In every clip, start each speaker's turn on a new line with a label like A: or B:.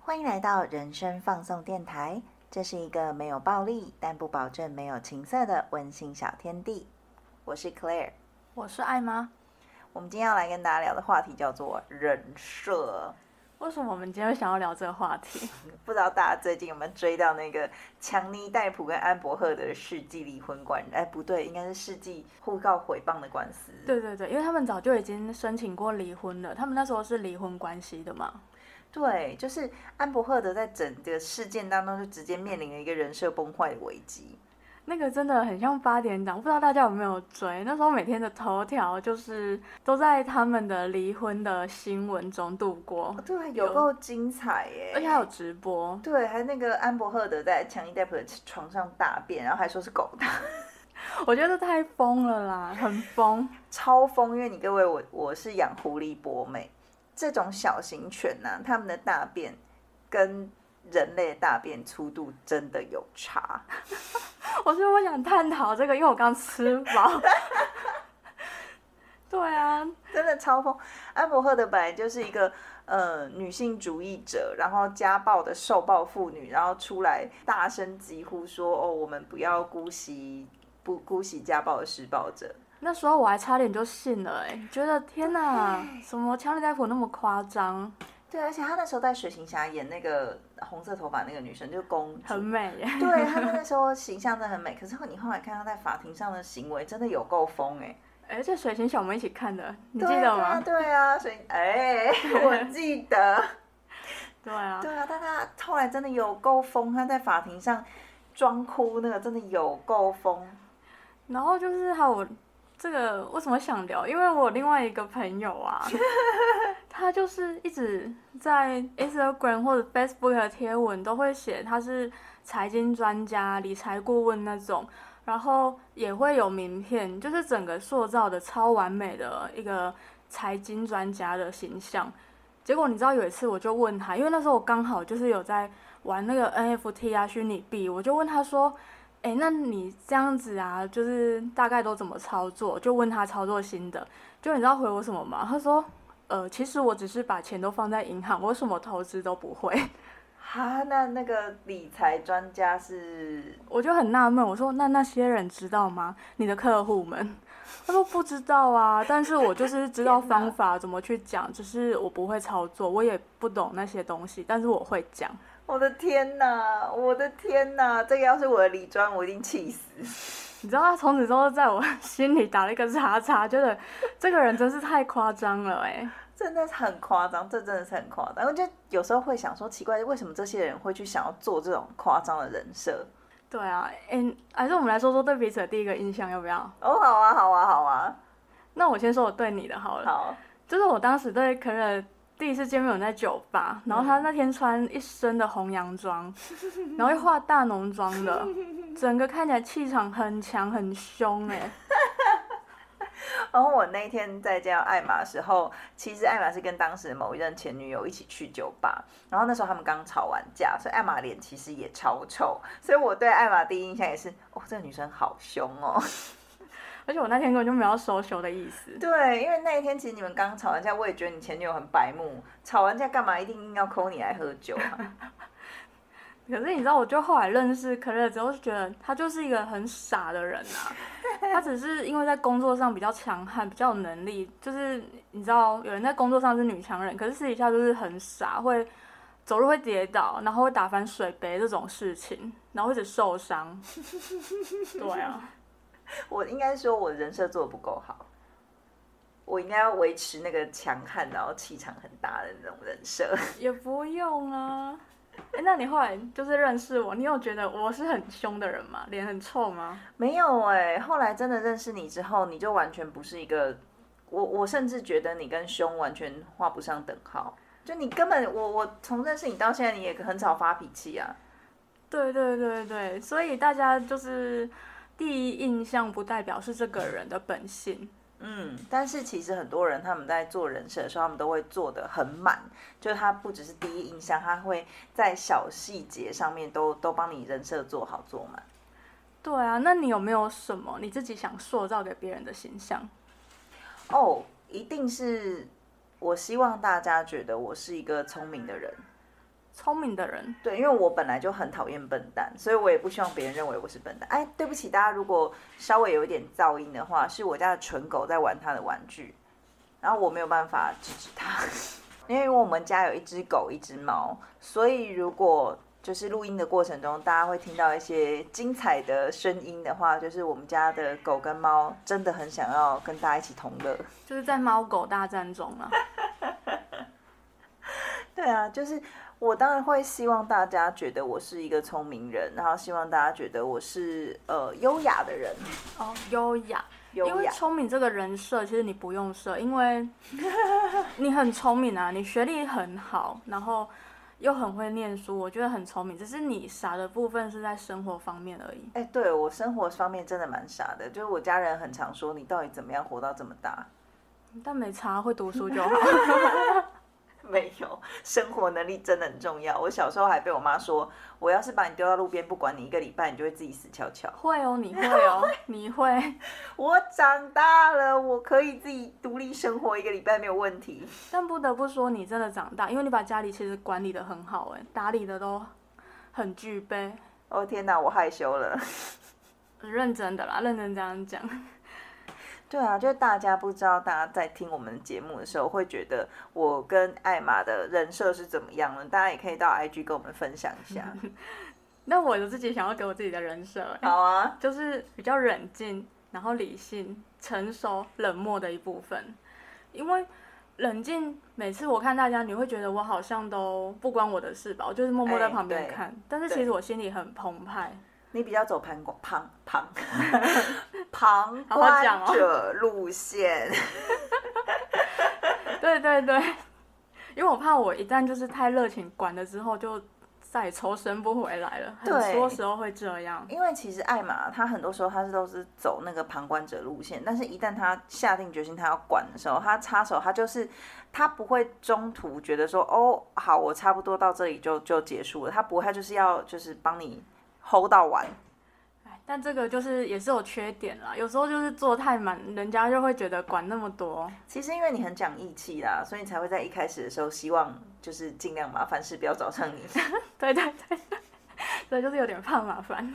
A: 欢迎来到人生放送电台，这是一个没有暴力，但不保证没有情色的温馨小天地。我是 Claire，
B: 我是爱妈。
A: 我们今天要来跟大家聊的话题叫做人设。
B: 为什么我们今天会想要聊这个话题？
A: 不知道大家最近有没有追到那个强尼戴普跟安伯赫的世纪离婚官？哎，不对，应该是世纪互告诽谤的官司。
B: 对对对，因为他们早就已经申请过离婚了，他们那时候是离婚关系的嘛。
A: 对，就是安伯赫德在整个事件当中就直接面临了一个人设崩坏的危机。
B: 那个真的很像八点档，不知道大家有没有追？那时候每天的头条就是都在他们的离婚的新闻中度过
A: 哦，对，有够精彩耶！
B: 而且还有直播。
A: 对，还那个安伯赫德在强尼戴普的床上大便，然后还说是狗大，
B: 我觉得这太疯了啦，很疯。
A: 超疯！因为你各位，我我是养狐狸博美，这种小型犬呐、它们的大便跟人类的大便粗度真的有差。
B: 我是我想探讨这个，因为我刚吃饱。 对啊，
A: 真的超疯。安伯赫德本来就是一个呃女性主义者，然后家暴的受暴妇女，然后出来大声疾呼说：“哦，我们不要姑息不姑息家暴的施暴者。
B: 那时候我还差点就信了、欸，哎，觉得天哪，什么强尼戴普那么夸张，”
A: 对，而且他那时候在《水行侠》演那个红色头发那个女生，就是公
B: 很
A: 主。
B: 美耶、
A: 对他那时候形象真的很美，可是你后来看她在法庭上的行为，真的有够疯哎、
B: 而且水星小我们一起看的，你记
A: 对
B: 得
A: 啊，
B: 吗？
A: 对啊，所以 哎，我记得。
B: 对啊，
A: 对啊，但他后来真的有够疯，他在法庭上装哭那个真的有够疯。
B: 然后就是还有这个为什么想聊？因为我另外一个朋友啊，他就是一直在 Instagram 或者 Facebook 的贴文都会写他是财经专家、理财顾问那种，然后也会有名片，就是整个塑造的超完美的一个财经专家的形象。结果你知道有一次我就问他，因为那时候我刚好就是有在玩那个 NFT 啊虚拟币，我就问他说，哎、那你这样子啊，就是大概都怎么操作？就问他操作心得，就你知道回我什么吗？他说，呃，其实我只是把钱都放在银行，我什么投资都不会。
A: 哈，那那个理财专家是
B: 我就很纳闷，我说那那些人知道吗？你的客户们？他说不知道啊，但是我就是知道
A: 天哪
B: 方法怎么去讲，只是我不会操作，我也不懂那些东西，但是我会讲。
A: 我的天哪，我的天哪，这个要是我的理专，我一定气死。
B: 你知道他从此之后在我 心里打了一个叉叉，觉得这个人真是太夸张了哎、
A: 真的是很夸张，这真的是很夸张。我就有时候会想说，奇怪，为什么这些人会去想要做这种夸张的人设？
B: 对啊，诶，还是我们来说说对彼此的第一个印象，要不要？
A: 哦，好啊，好啊，好啊，
B: 那我先说我对你的好了，
A: 好，
B: 就是我当时对可乐第一次见面，我在酒吧，然后他那天穿一身的红洋装，然后又化大浓妆的，整个看起来气场很强很凶哎、
A: 然后我那天在见到艾玛的时候，其实艾玛是跟当时的某一任前女友一起去酒吧，然后那时候他们刚吵完架，所以艾玛脸其实也超臭，所以我对艾玛第一印象也是，哦，这个女生好凶哦。
B: 而且我那天根本就没有收球的意思。
A: 对，因为那一天其实你们刚吵完架，我也觉得你前女友很白目，吵完架干嘛一定硬要抠你来喝酒啊？
B: 可是你知道，我就后来认识可乐之后，就觉得他就是一个很傻的人啊。 他只是因为在工作上比较强悍，比较有能力，就是你知道，有人在工作上是女强人，可是私底下就是很傻，会走路会跌倒，然后会打翻水杯这种事情，然后会一直受伤。对啊，
A: 我应该说我人设做的不够好。我应该要维持那个强悍，然后气场很大的那种人设。
B: 也不用啊。哎、那你后来就是认识我，你有觉得我是很凶的人吗？脸很臭吗？
A: 没有哎、后来真的认识你之后，你就完全不是一个我，我甚至觉得你跟凶完全画不上等号。就你根本，我我从认识你到现在，你也很少发脾气啊。
B: 对对对对，所以大家就是第一印象不代表是这个人的本性。
A: 嗯，但是其实很多人他们在做人设的时候，他们都会做的很满，就是他不只是第一印象，他会在小细节上面都都帮你人设做好做满。
B: 对啊，那你有没有什么你自己想塑造给别人的形象？
A: 哦，一定是我希望大家觉得我是一个聪明的人，
B: 聪明的人，
A: 对，因为我本来就很讨厌笨蛋，所以我也不希望别人认为我是笨蛋。哎，对不起，大家如果稍微有一点噪音的话，是我家的纯狗在玩它的玩具，然后我没有办法制止它， 因为我们家有一只狗，一只猫，所以如果就是录音的过程中，大家会听到一些精彩的声音的话，就是我们家的狗跟猫真的很想要跟大家一起同乐。
B: 就是在猫狗大战中啊。
A: 对啊，就是我当然会希望大家觉得我是一个聪明人，然后希望大家觉得我是呃优雅的人，
B: 哦，优雅。
A: 优
B: 因为
A: 雅。
B: 聪明这个人设，其实你不用设，因为你很聪明啊，你学历很好，然后又很会念书，我觉得很聪明。只是你傻的部分是在生活方面而已。
A: 哎、对我生活方面真的蛮傻的，就是我家人很常说你到底怎么样活到这么大？
B: 但没差，会读书就好。
A: 没有，生活能力真的很重要。我小时候还被我妈说，我要是把你丢到路边，不管你一个礼拜，你就会自己死翘翘。
B: 会哦，你会哦，你会。
A: 我长大了，我可以自己独立生活一个礼拜没有问题。
B: 但不得不说，你真的长大，因为你把家里其实管理的很好，哎，打理的都很具备，呃
A: 哦天哪，我害羞了。
B: 认真的啦，认真这样讲。
A: 对啊，就是大家不知道，大家在听我们的节目的时候，会觉得我跟艾玛的人设是怎么样呢？大家也可以到 IG 跟我们分享一 下。
B: 那我有自己想要给我自己的人设，哎
A: 好啊，
B: 就是比较冷静，然后理性、成熟、冷漠的一部分。因为冷静，每次我看大家，你会觉得我好像都不关我的事吧，我就是默默在
A: 哎
B: 旁边
A: 对
B: 看。但是其
A: 对
B: 实我心里很澎湃。
A: 你比较走旁观旁旁旁
B: 好好讲
A: 观
B: 哦
A: 者路线，
B: 对对对，因为我怕我一旦就是太热情，管了之后就再也抽身不回来了。很
A: 对
B: 多时候会这样。
A: 因为其实艾玛她很多时候她是都是走那个旁观者路线，但是一旦她下定决心她要管的时候，她插手她就是她不会中途觉得说哦好我差不多到这里就就结束了，她不会，她就是要就是帮你 hold 到完。
B: 哎但这个就是也是有缺点啦，有时候就是做太满，人家就会觉得管那么多。
A: 其实因为你很讲义气啦，所以你才会在一开始的时候希望就是尽量麻烦事不要找上你。
B: 对对对，所以就是有点怕麻烦。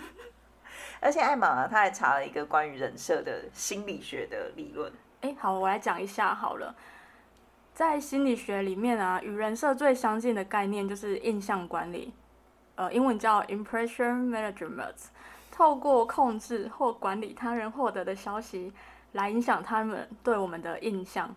A: 而且艾玛啊她还查了一个关于人设的心理学的理论。
B: 哎，好，我来讲一下好了。在心理学里面啊，与人设最相近的概念就是印象管理，呃，英文叫 impression management，透过控制或管理他人获得的消息来影响他们对我们的印象。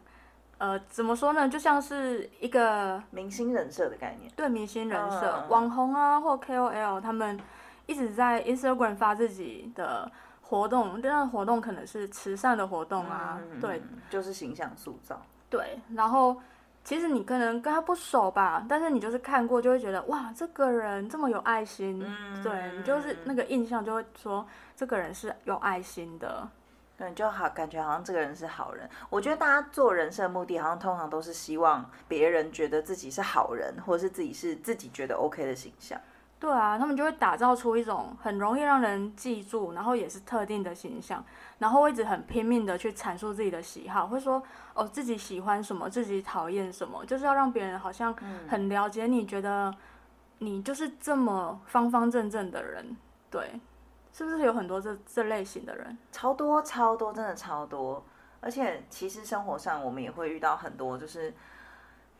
B: 呃，怎么说呢？就像是一个
A: 明星人设的概念，
B: 对明星人设、
A: 嗯
B: 网红啊或 KOL，他们一直在 Instagram 发自己的活动，那活动可能是慈善的活动啊，
A: 嗯
B: 对，
A: 就是形象塑造。
B: 对，然后其实你可能跟他不熟吧，但是你就是看过就会觉得哇，这个人这么有爱心，
A: 嗯
B: 对你就是那个印象就会说这个人是有爱心的，
A: 对，就好，感觉好像这个人是好人。我觉得大家做人生的目的，好像通常都是希望别人觉得自己是好人，或者是自己是自己觉得 OK 的形象。
B: 对啊，他们就会打造出一种很容易让人记住，然后也是特定的形象，然后会一直很拼命的去阐述自己的喜好，会说哦自己喜欢什么，自己讨厌什么，就是要让别人好像很了解你，觉得你就是这么方方正正的人，对，是不是有很多这这类型的人？
A: 超多超多，真的超多。而且其实生活上我们也会遇到很多，就是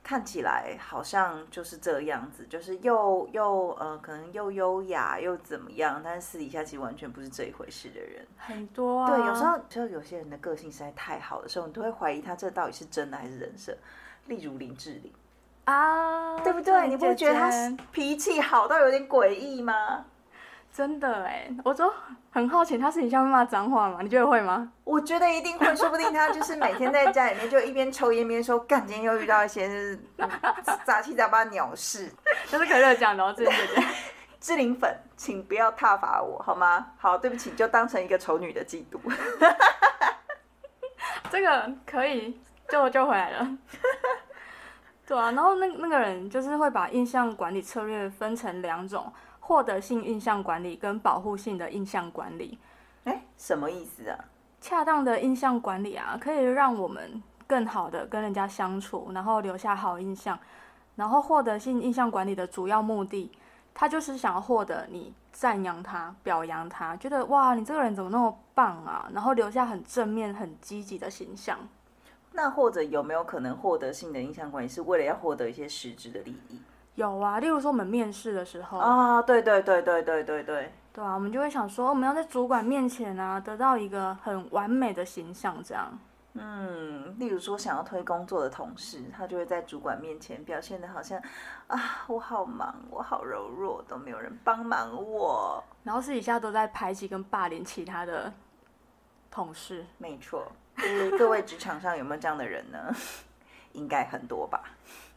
A: 看起来好像就是这样子，就是又又呃，可能又优雅又怎么样，但是私底下其实完全不是这一回事的人。
B: 很多啊，
A: 对，有时候就有些人的个性实在太好的时候，你都会怀疑他这到底是真的还是人设。例如林志玲，
B: 啊，
A: 对不对？你不觉得他
B: 姐姐
A: 脾气好到有点诡异吗？
B: 真的哎？我就很好奇，他私底下会骂脏话吗？你觉得会吗？
A: 我觉得一定会，说不定他就是每天在家里面就一边抽烟一边说，干，今天又遇到一些就是嗯杂七杂八鸟事。
B: 就是可乐讲的哦，自己姐姐。
A: 志玲粉，请不要挞伐我好吗？好，对不起，就当成一个丑女的嫉妒。
B: 这个可以救救回来了。 对啊，然后那那个人就是会把印象管理策略分成两种：获得性印象管理跟保护性的印象管理。
A: 哎，什么意思啊？
B: 恰当的印象管理啊，可以让我们更好的跟人家相处，然后留下好印象。然后获得性印象管理的主要目的，他就是想要获得你赞扬他、表扬他，觉得哇，你这个人怎么那么棒啊，然后留下很正面、很积极的形象。
A: 那或者有没有可能获得性的印象管理是为了要获得一些实质的利益
B: 有啊，例如说我们面试的时候，
A: 啊？对对对对对对对，
B: 对啊，我们就会想说，我们要在主管面前啊，得到一个很完美的形象，这样。
A: 嗯，例如说想要推工作的同事，他就会在主管面前表现的好像啊，我好忙，我好柔弱，都没有人帮忙我。
B: 然后私底下都在排挤跟霸凌其他的同事。
A: 没错，就是各位职场上有没有这样的人呢？ 应该很多吧。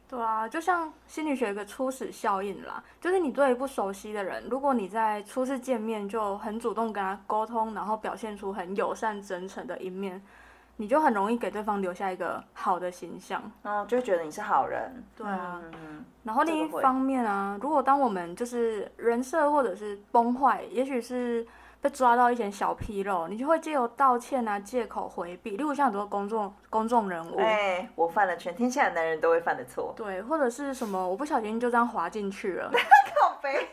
B: 对啊，就像心理学有个初始效应啦，就是你对不熟悉的人，如果你在初次见面就很主动跟他沟通，然后表现出很友善真诚的一面，你就很容易给对方留下一个好的形象。
A: 嗯，就会觉得你是好人。
B: 对啊
A: 嗯，
B: 然后
A: 这个
B: 另一
A: 会
B: 方面啊，如果当我们就是人设或者是崩坏，也许是被抓到一点小纰漏，你就会借由道歉啊、借口回避，例如像很多公众公众人物，
A: 哎、我犯了全天下的男人都会犯的错。
B: 对，或者是什么我不小心就这样滑进去了
A: 靠背，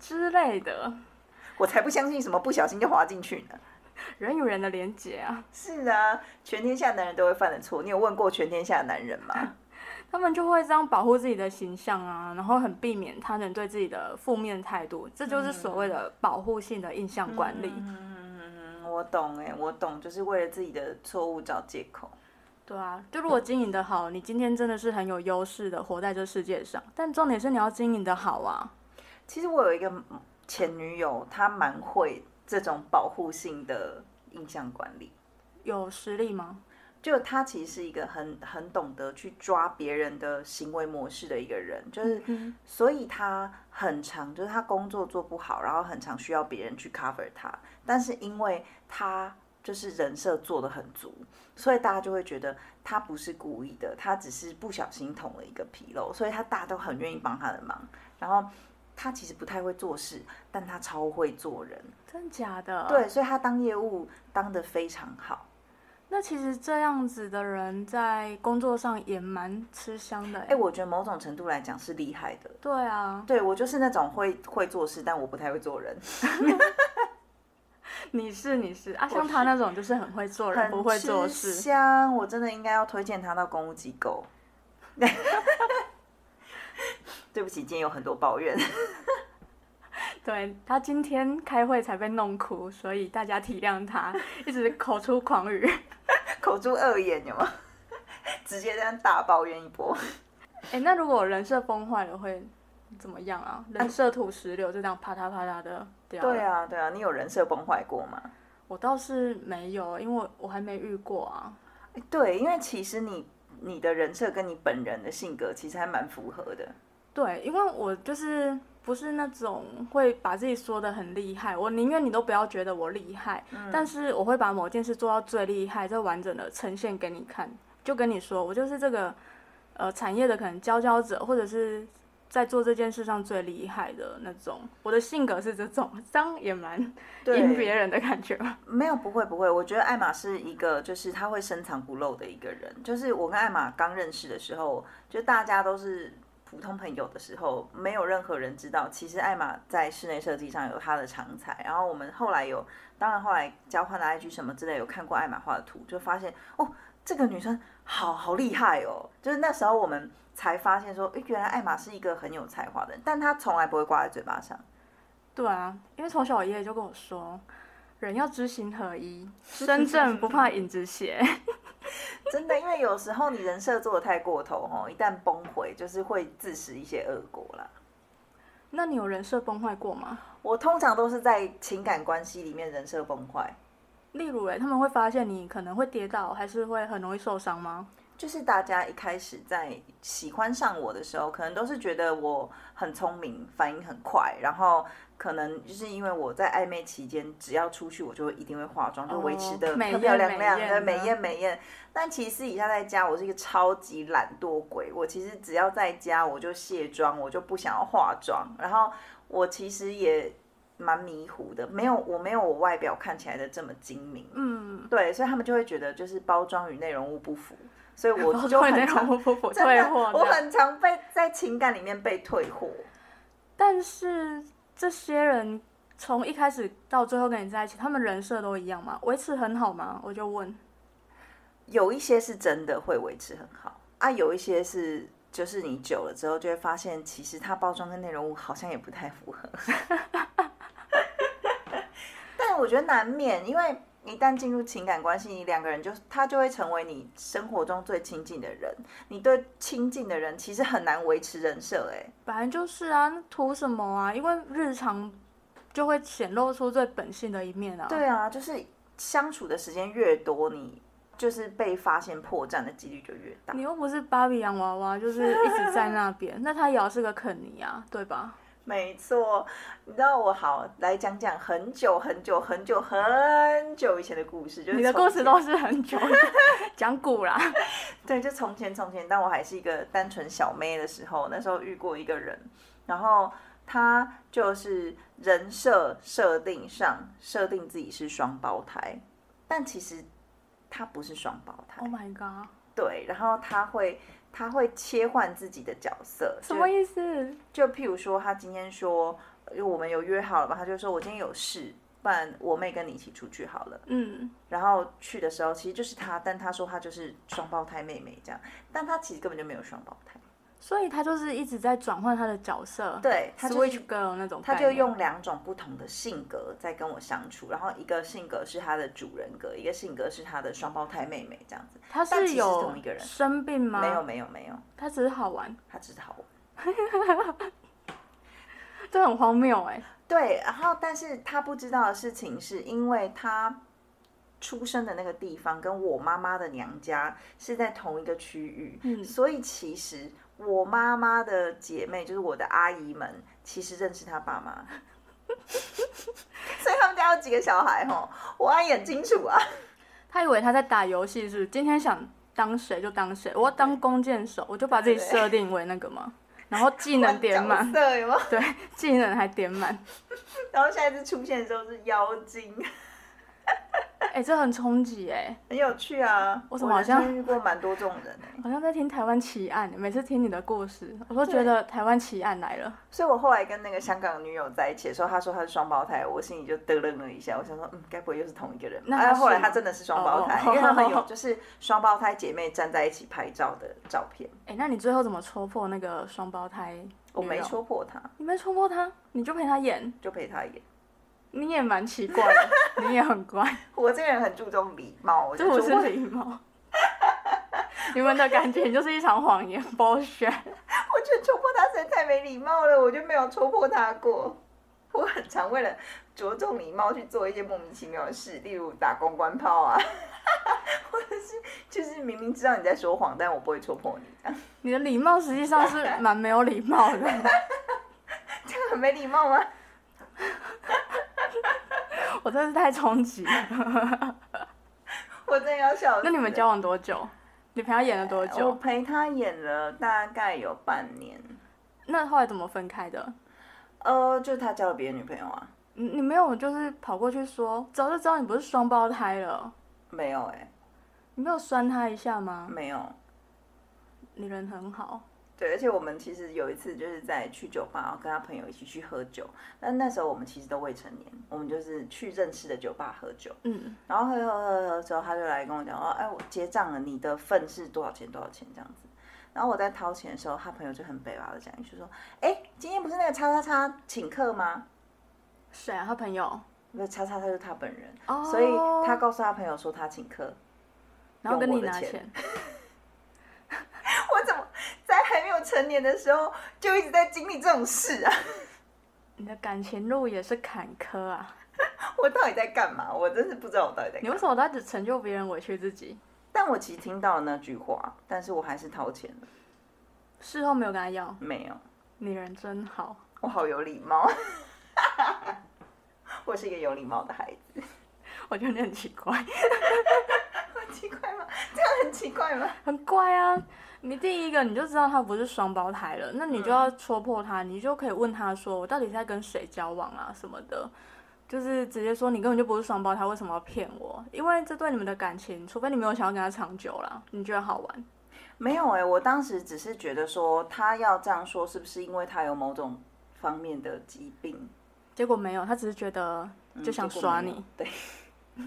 B: 之类的，
A: 我才不相信什么不小心就滑进去呢。
B: 人与人的连结啊，
A: 是啊，全天下男人都会犯的错。你有问过全天下的男人吗？
B: 他们就会这样保护自己的形象啊，然后很避免他人对自己的负面态度，这就是所谓的保护性的印象管理。
A: 嗯，我懂哎、我懂，就是为了自己的错误找借口。
B: 对啊，就如果经营的好，你今天真的是很有优势的，活在这世界上。但重点是你要经营的好啊。
A: 其实我有一个前女友，她蛮会这种保护性的印象管理。
B: 有实力吗？
A: 就她其实是一个很很懂得去抓别人的行为模式的一个人，就是
B: 嗯，
A: 所以他很常就是他工作做不好，然后很常需要别人去 cover 他，但是因为他就是人设做的很足，所以大家就会觉得他不是故意的，他只是不小心捅了一个纰漏，所以他大家都很愿意帮他的忙。然后他其实不太会做事，但他超会做人，
B: 真假的？
A: 对，。所以他当业务当得非常好。
B: 那其实这样子的人在工作上也蛮吃香的、欸。
A: 哎、我觉得某种程度来讲是厉害的，
B: 对啊，
A: 对我就是那种会会做事，但我不太会做人。
B: 你是你是啊，
A: 是
B: 像他那种就是很会做人，
A: 很
B: 不会做
A: 吃
B: 事。
A: 香，我真的应该要推荐他到公务机构。 对不起，今天有很多抱怨。
B: 对他今天开会才被弄哭，所以大家体谅 他，一直口出狂语。
A: 口出恶言有吗？ 直接这样大抱怨一波。
B: 哎、那如果我人设崩坏了会怎么样啊？人设土石流就这样啪嗒啪嗒的掉了。
A: 对啊，对啊，你有人设崩坏过吗？
B: 我倒是没有，因为我我还没遇过啊。
A: 诶对，因为其实你你的人设跟你本人的性格其实还蛮符合的。
B: 对，因为我就是不是那种会把自己说的很厉害，我宁愿你都不要觉得我厉害，
A: 嗯
B: 但是我会把某件事做到最厉害，再完整的呈现给你看，就跟你说，我就是这个呃产业的可能佼佼者，或者是。在做这件事上最厉害的那种，我的性格是这种， 这样也蛮赢别
A: 对，
B: 人的感觉吧。
A: 没有不会不会，我觉得艾玛是一个就是他会深藏不露的一个人。就是我跟艾玛刚认识的时候，就大家都是普通朋友的时候，没有任何人知道，其实艾玛在室内设计上有她的长才。然后我们后来有，当然后来交换了 IG 什么之类，有看过艾玛画的图，就发现哦，这个女生好好厉害哦。就是那时候我们才发现说，诶，原来艾玛是一个很有才华的人，但她从来不会挂在嘴巴上。
B: 对啊，因为从小我爷爷就跟我说，人要知行合一，身正不怕影子斜。
A: 真的，因为有时候你人设做的太过头哦，一旦崩毁，就是会自食一些恶果啦。
B: 那你有人设崩坏过吗？
A: 我通常都是在情感关系里面人设崩坏，
B: 例如、欸，他们会发现你可能会跌倒，还是会很容易受伤吗？
A: 就是大家一开始在喜欢上我的时候，可能都是觉得我很聪明，反应很快，然后可能就是因为我在暧昧期间，只要出去我就会一定会化妆，就维持的
B: 哦美
A: 漂
B: 艳
A: 漂亮亮
B: 美
A: 的，
B: 艳
A: 美艳美艳。但其实私底下在家，我是一个超级懒惰鬼，我其实只要在家我就卸妆，我就不想要化妆，然后我其实也。蛮迷糊的，没有，我没有我外表看起来的这么精明，
B: 嗯，
A: 对，所以他们就会觉得就是包装与内容物不符，所以我就
B: 会那
A: 很
B: 种
A: 常
B: 我婆婆
A: 真
B: 退
A: 的
B: 货
A: 我
B: 的。
A: 很常被在情感里面被退货。
B: 但是这些人从一开始到最后跟你在一起，他们人设都一样吗？维持很好吗？我就问。
A: 有一些是真的会维持很好啊，有一些是就是你久了之后就会发现，其实它包装跟内容物好像也不太符合。 但我觉得难免，因为一旦进入情感关系，你两个人就他就会成为你生活中最亲近的人。你对亲近的人其实很难维持人设、欸，
B: 本来就是啊，那图什么啊？因为日常就会显露出最本性的一面啊。
A: 对啊，就是相处的时间越多，你就是被发现破绽的几率就越大。
B: 你又不是芭比洋娃娃，就是一直在那边，那他也要是个肯尼啊，对吧？
A: 没错，你知道我好来讲讲很久很久很久很久以前的故事，就是
B: 你的
A: 从
B: 故事
A: 前
B: 都是很久的， 讲古啦。
A: 对，就从前从前，当我还是一个单纯小妹的时候，那时候遇过一个人，然后他就是人设设定上设定自己是双胞胎，但其实他不是双胞胎
B: Oh，my god，
A: 对，然后他会他会切换自己的角色， 就
B: 什么意思？
A: 就譬如说，他今天说呃我们有约好了嘛，他就说我今天有事，不然我妹跟你一起出去好了。
B: 嗯，
A: 然后去的时候其实就是他，但他说他就是双胞胎妹妹这样，但他其实根本就没有双胞胎，
B: 所以他就是一直在转换他的角色，
A: 对他就是
B: switch girl 那种概
A: 他
B: 念，
A: 就用两种不同的性格在跟我相处，然后一个性格是他的主人格，一个性格是他的双胞胎妹妹这样子。
B: 他
A: 但其实
B: 是
A: 是
B: 有
A: 同一个人
B: 生病吗？
A: 没有，没有没有，
B: 他只是好玩，
A: 他只是好玩。
B: 这很荒谬 哎、
A: 对，然后但是他不知道的事情是因为他出生的那个地方跟我妈妈的娘家是在同一个区域，
B: 嗯
A: 所以其实我妈妈的姐妹就是我的阿姨们，其实认识他爸妈。 所以他们家有几个小孩吼，我阿姨很清楚
B: 嗯
A: 啊。
B: 他以为他在打游戏是不是今天想当谁就当谁，我要当弓箭手，我就把自己设定为那个嘛，然后技能点满，
A: 换角色有 没有？
B: 对，技能还点满，
A: 然后下一次出现的时候是妖精，
B: 哎、这很冲击哎，
A: 很有趣啊。
B: 我怎么好像
A: 人生遇过蛮多这种人、欸
B: 好像在听台湾奇案，每次听你的故事，我都觉得台湾奇案来了。
A: 所以我后来跟那个香港女友在一起的时候，她说她是双胞胎，我心里就嘚愣了一下，我想说，嗯，该不会又是同一个人吧？
B: 那她
A: 啊、
B: 是
A: 后来
B: 吗
A: 她真的是双胞胎，
B: 哦
A: 因为 他们有就是双胞胎姐妹站在一起拍照的照片。
B: 哎、那你最后怎么戳破那个双胞胎？
A: 我没，戳破她，
B: 你没戳破他，你就陪他演，
A: 就陪她演。
B: 你也蛮奇怪的，你也很乖，
A: 我这个人很注重礼貌，我
B: 这
A: 就
B: 不
A: 说
B: 是礼貌。你们的感情就是一场谎言，bullshit。
A: 我觉得戳破他实在太没礼貌了，我就没有戳破他过。我很常为了着重礼貌去做一些莫名其妙的事，例如打公关炮啊， 或者是就是明明知道你在说谎，但我不会戳破你，
B: 你的礼貌实际上是蛮没有礼貌的，
A: 这个很没礼貌吗？
B: 我真是太冲击了。
A: 我真的要笑死。
B: 那你们交往多久？你陪他演了 多
A: 我
B: 久？
A: 陪他演了大概有半年，
B: 那后来怎么分开的？
A: 呃，就他交了别的女朋友啊？
B: 你你没有就是跑过去说，早就知道你不是双胞胎了，
A: 没有哎、
B: 你没有酸他一下吗？
A: 没有。
B: 你人很好，
A: 对，而且我们其实有一次就是在去酒吧，然后跟他朋友一起去喝酒，但那时候我们其实都未成年，我们就是去认识的酒吧喝酒，
B: 嗯，
A: 然后喝喝喝喝之后，他就来跟我讲说，哎，我结账了，你的份是多少钱多少钱这样子。然后我在掏钱的时候，他朋友就很北巴的讲一句说，哎，今天不是那个叉叉叉请客吗？
B: 谁啊？他朋友，
A: 那叉叉叉就是他本人，
B: 哦
A: 所以他告诉他朋友说他请客，
B: 然后跟你
A: 用我的
B: 拿
A: 钱
B: 钱，
A: 我怎么在还没有成年的时候就一直在经历这种事啊？
B: 你的感情路也是坎坷啊！
A: 我到底在干嘛？我真是不知道我到底在
B: 你
A: 干嘛。
B: 为什么都只成就别人，委屈自己？
A: 但我其实听到了那句话，但是我还是掏钱了。
B: 事后没有跟他要，
A: 没有，
B: 你人真好。
A: 我好有礼貌， 我是一个有礼貌的孩子，
B: 我觉得你很奇怪，
A: 很奇怪吗？这样很奇怪吗？
B: 很怪啊！你第一个你就知道他不是双胞胎嗯了，那你就要戳破他，你就可以问他说：“我到底在跟谁交往啊？什么的。”就是直接说你根本就不是双胞胎，为什么要骗我？因为这对你们的感情，除非你没有想要跟他长久啦，你觉得好玩？
A: 没有哎、我当时只是觉得说他要这样说，是不是因为他有某种方面的疾病，
B: 结果没有，他只是觉得
A: 嗯
B: 就想
A: 结果
B: 耍
A: 没
B: 你。
A: 有对，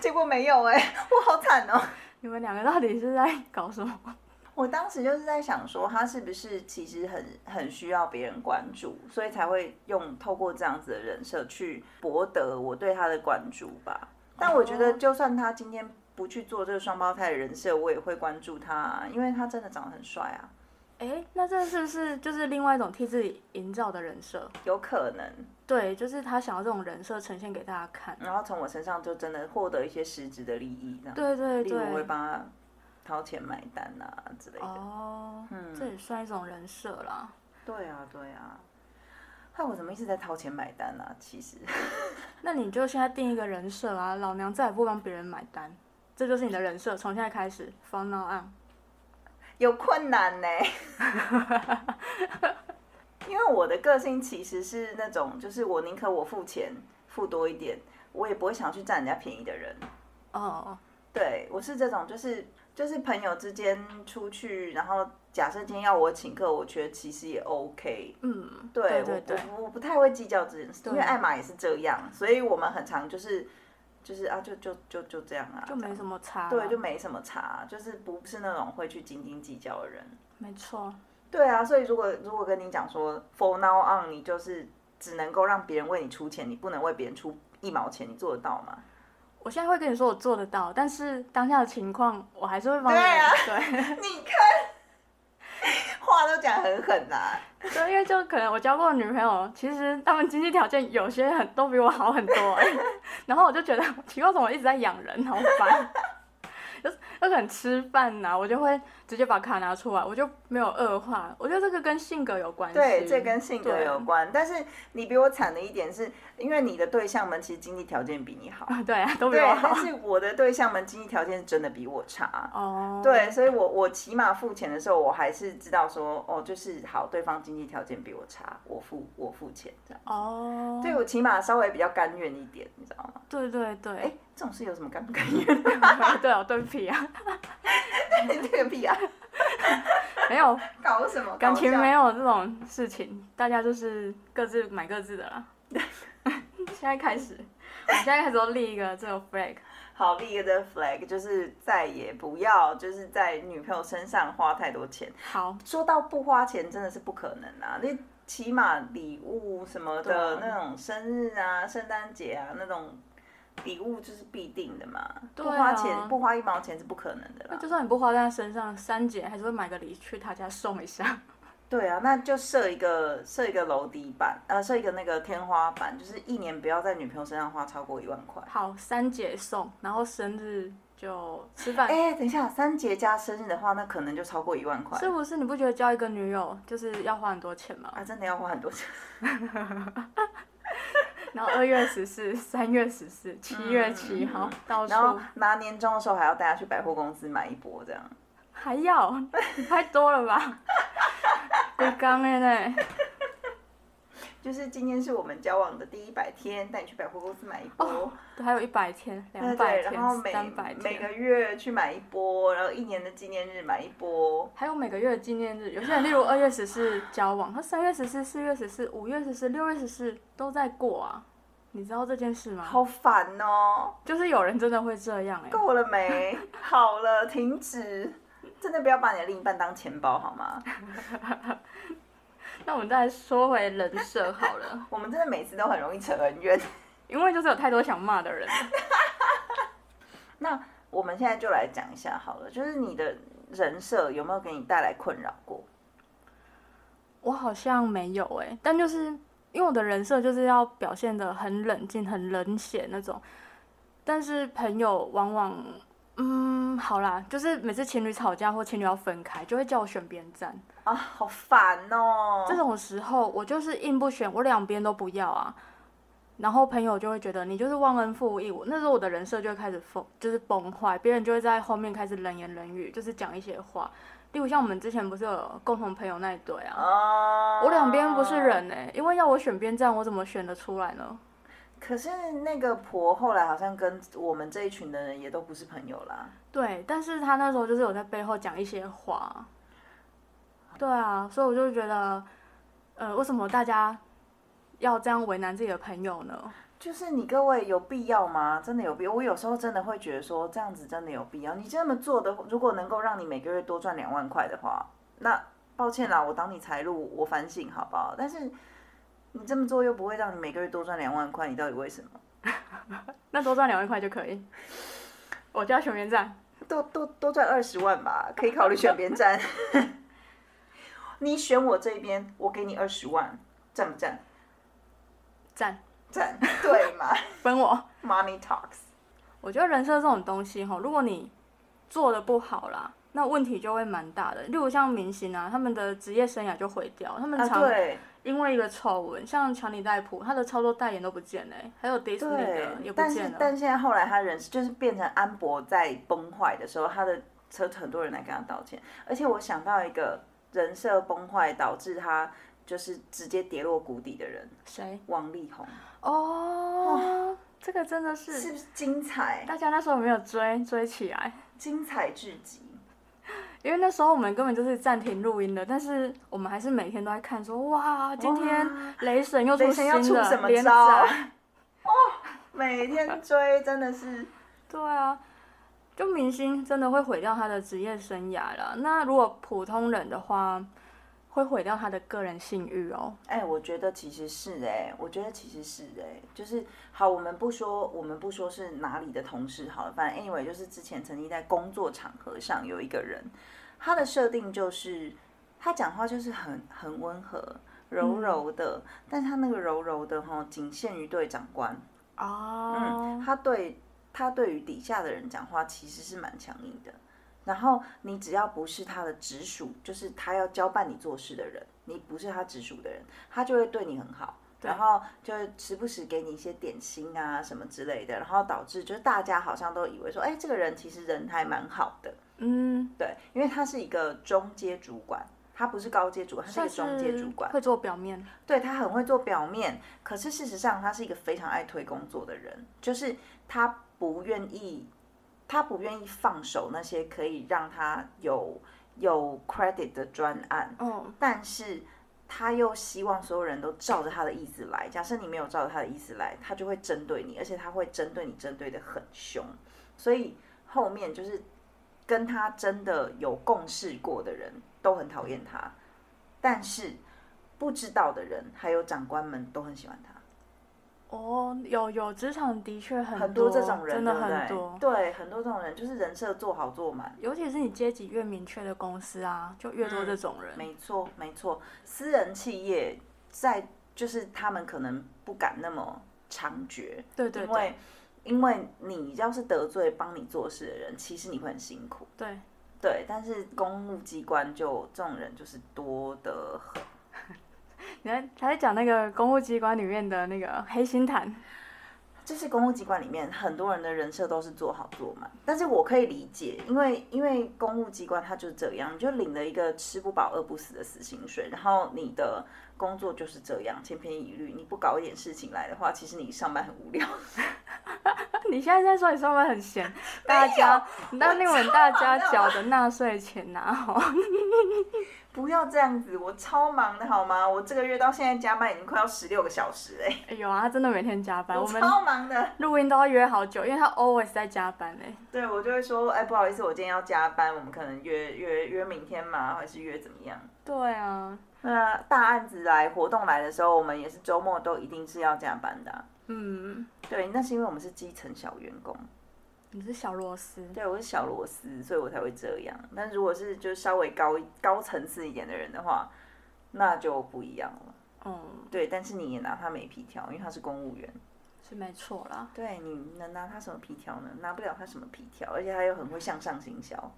A: 结果没有哎、 我好惨哦、
B: 你们两个到底是在搞什 么？
A: 我当时就是在想说，他是不是其实很很需要别人关注，所以才会用透过这样子的人设去博得我对他的关注吧。但我觉得，哦就算他今天不去做这个双胞胎的人设，我也会关注他、啊，因为他真的长得很帅啊，
B: 哎、那这是不是就是另外一种替自己营造的人设？
A: 有可能。
B: 对，就是他想要这种人设呈现给大家看。
A: 然后从我身上就真的获得一些实质的利益，这样。
B: 对对
A: 例如
B: 对。
A: 我会帮他掏钱买单啊之类的。嗯
B: 哦，这也算一种人设啦。
A: 对啊，对啊。害我怎么一直在掏钱买单啊？其实。
B: 那你就现在定一个人设啊，老娘再也不帮别人买单，这就是你的人设，从现在开始，from now on。
A: 有困难 呢、因为我的个性其实是那种，就是我宁可我付钱付多一点，我也不会想去占人家便宜的人。
B: 哦，
A: 对我是这种，就是就是朋友之间出去，然后假设今天要我请客，我觉得其实也 OK。
B: 嗯，
A: 对
B: 对对对，
A: 我我我不太会计较这件事，因为
B: 对
A: 艾玛也是这样，所以我们很常就是就是啊，就就就就这样啊，
B: 就没
A: 么
B: 什么差啦。
A: 对，就没什么差，就是不是那种会去斤斤计较的人。
B: 没错。
A: 对啊，所以如果如果跟你讲说 for now on，你就是只能够让别人为你出钱，你不能为别人出一毛钱，你做得到吗？
B: 我现在会跟你说我做得到，但是当下的情况我还是会帮你。
A: 对啊
B: 对
A: 你看，话都讲很狠呐、
B: 对，因为就可能我交过的女朋友，其实她们经济条件有些很都比我好很多、 哎然后我就觉得奇怪，怎么一直在养人，好烦。 就是就可能吃饭呐、我就会直接把卡拿出来，我就没有恶化。我觉得这个跟性格有关系。
A: 对，这跟性格
B: 对
A: 有关。但是你比我惨的一点是，因为你的对象们其实经济条件比你好，
B: 啊，对啊，都比
A: 对
B: 我，
A: 但
B: 好。
A: 是我的对象们经济条件真的比我差。
B: 哦，，
A: 对，所以我我起码付钱的时候，我还是知道说，哦，就是好，对方经济条件比我差，我付我付钱这样。
B: 哦，
A: 对我起码稍微比较甘愿一点，你知道吗？
B: 对对对，
A: 哎、这种事有什么甘不甘愿？
B: 对哦，对不起啊，
A: 你这个屁啊！
B: 没有
A: 搞什么？
B: 感情
A: 搞笑
B: 没有这种事情，大家就是各自买各自的啦。 现在开始，我们现在开始都立一个这个 flag。
A: 好立一个 flag，就是再也不要就是在女朋友身上花太多钱。
B: 好，
A: 说到不花钱，真的是不可能啊！那起码礼物什么的，
B: 对啊
A: 那种生日啊、圣诞节啊那种。礼物就是必定的嘛，
B: 对
A: 不
B: 啊
A: 花钱不花一毛钱是不可能的
B: 那
A: 啦。
B: 就算你不花在他身上，三姐还是会买个礼去他家送一下。
A: 对啊，那就设一个设一个楼底板，呃，设一个那个天花板，就是一年不要在女朋友身上花超过一万块。
B: 好，三姐送，然后生日就吃饭。
A: 哎、等一下，三节加生日的话，那可能就超过一万块
B: 是不是你不觉得交一个女友就是要花很多钱吗？
A: 啊，真的要花很多钱。
B: 然后二月十四、 三月十四、七月七号、到
A: 嗯然后
B: 处
A: 拿年终的时候还要带他去百货公司买一波，这样
B: 还要，太多 了吧？龟缸哎嘞。
A: 就是今天是我们交往的第一百天，带你去百货公司买一波，
B: 还有一百天、两
A: 对嗯
B: 哦百
A: 对，
B: 天
A: 然后、每
B: 三百
A: 每
B: 天，
A: 个月去买一波，然后一年的纪念日买一波，
B: 还有每个月的纪念日。有些人例如二月十四交往，他三月十四、四月十四、五月十四、六月十四都在过啊。你知道这件事吗？
A: 好烦 哦！
B: 就是有人真的会这样哎、
A: 够了没？好了，停止。真的不要把你的另一半当钱包好吗？
B: 那我们再说回人设好了，
A: 我们真的每次都很容易扯恩怨。
B: 因为就是有太多想骂的人了。
A: 那我们现在就来讲一下好了，就是你的人设有没有给你带来困扰过？
B: 我好像没有哎、但就是因为我的人设就是要表现的很冷静、很冷血那种，但是朋友往往，嗯，好啦，就是每次情侣吵架或情侣要分开，就会叫我选边站。
A: 啊，好烦哦！
B: 这种时候，我就是硬不选，我两边都不要啊。然后朋友就会觉得你就是忘恩负义，我那时候我的人设就会开始崩，就是崩坏，别人就会在后面开始冷言冷语，就是讲一些话。例如像我们之前不是有共同朋友那一对啊，
A: 哦，
B: 我两边不是。人哎、因为要我选边站，我怎么选得出来呢？
A: 可是那个婆后来好像跟我们这一群的人也都不是朋友啦。
B: 对，但是他那时候就是有在背后讲一些话，对啊，所以我就觉得，呃，为什么大家要这样为难自己的朋友呢？
A: 就是你各位有必要吗？真的有必要？我有时候真的会觉得说这样子真的有必要。你这么做的，如果能够让你每个月多赚两万块的话，那抱歉啦，我挡你财路，我反省好不好？但是你这么做又不会让你每个月多赚两万块，你到底为什么？
B: 那多赚两万块就可以，我就要选边站。
A: 多多多赚二十万吧，可以考虑选边站。 你选我这边，我给你二十万，赞不赞？
B: 站
A: 赞，对嘛
B: 分我。
A: ？Money talks。
B: 我觉得人设这种东西哈，如果你做的不好啦，那问题就会蛮大的。例如像明星啊，他们的职业生涯就毁掉，他们
A: 啊，
B: 常
A: 对
B: 因为一个丑闻，像强尼戴普，他的超多代言都不见嘞、还有迪士尼的也
A: 对，
B: 不
A: 但是
B: 见了。
A: 但现在后来他人就是变成安博在崩坏的时候，他的车很多人来跟他道歉，而且我想到一个人设崩坏导致他就是直接跌落谷底的人，
B: 谁？
A: 王力宏
B: 哦，这个真的是
A: 是不是精彩？
B: 大家那时候没有追追起来，
A: 精彩至极。
B: 因为那时候我们根本就是暂停录音的，但是我们还是每天都在看说哇，今天雷神又出
A: 雷
B: 新
A: 神要出什
B: 的
A: 么
B: 连
A: 招
B: 载。
A: 每天追真的是，
B: 对啊，就明星真的会毁掉他的职业生涯了。那如果普通人的话，会毁掉他的个人信誉哦。
A: 哎、我觉得其实是哎、我觉得其实是哎、就是好，我们不说，我们不说是哪里的同事好了，反正 anyway，就是之前曾经在工作场合上有一个人，他的设定就是他讲话就是很很温和。柔柔的，但他那个柔柔的哈，仅限于对长官。
B: 哦，
A: 他对他对于底下的人讲话其实是蛮强硬的。然后你只要不是他的直属，就是他要交办你做事的人，你不是他直属的人，他就会对你很好。然后就会时不时给你一些点心啊什么之类的，然后导致就是大家好像都以为说，哎，这个人其实人还蛮好的，
B: 嗯，
A: 对，因为他是一个中阶主管，他不是高阶主管，他是一
B: 但
A: 个中阶主管，
B: 会做表面，
A: 对他很会做表面，可是事实上他是一个非常爱推工作的人，就是他不愿意，他不愿意放手那些可以让他有有 credit 的专案，
B: 哦，
A: 但是他又希望所有人都照着他的意思来。假设你没有照着他的意思来，他就会针对你，而且他会针对你针对的很凶。所以后面就是跟他真的有共事过的人都很讨厌他，但是不知道的人还有长官们都很喜欢他。
B: 哦，有有职场的确很
A: 很多这种人，
B: 真的
A: 对不对
B: 很多。
A: 对，很多这种人就是人设做好做满。
B: 尤其是你阶级越明确的公司啊，就越多这种
A: 嗯
B: 人。
A: 没错，没错，私人企业在就是他们可能不敢那么猖獗，
B: 对对
A: 因为因为你要是得罪帮你做事的人，其实你会很辛苦。
B: 对，
A: 对，但是公务机关就这种人就是多得很。
B: 你还还在讲那个公务机关里面的那个黑心谈，
A: 就是公务机关里面很多人的人设都是做好做满，但是我可以理解，因为因为公务机关它就是这样，你就领了一个吃不饱饿不死的死薪水，然后你的工作就是这样，千篇一律，你不搞一点事情来的话，其实你上班很无聊。
B: 你现在在说你上班很闲，大家那你们大家缴的纳税钱啊哦拿 好，
A: 不要这样子，我超忙的好吗？我这个月到现在加班已经快要十六个小时哎、
B: 哎有啊，他真的每天加班，我
A: 我
B: 们
A: 超忙的。
B: 录音都要约好久，因为他 always 在加班哎、
A: 对，我就会说，哎，不好意思，我今天要加班，我们可能约约约明天嘛，还是约怎么样？
B: 对啊，
A: 那大案子来、活动来的时候，我们也是周末都一定是要加班的啊、
B: 嗯，
A: 对，那是因为我们是基层小员工，
B: 你是小螺丝，
A: 对我是小螺丝，所以我才会这样。但如果是就稍微高高层次一点的人的话，那就不一样了。
B: 嗯，
A: 对，但是你也拿他没皮条，因为他是公务员。
B: 是没错啦。
A: 对，你能拿他什么皮条呢？拿不了他什么皮条，而且他又很会向上行销。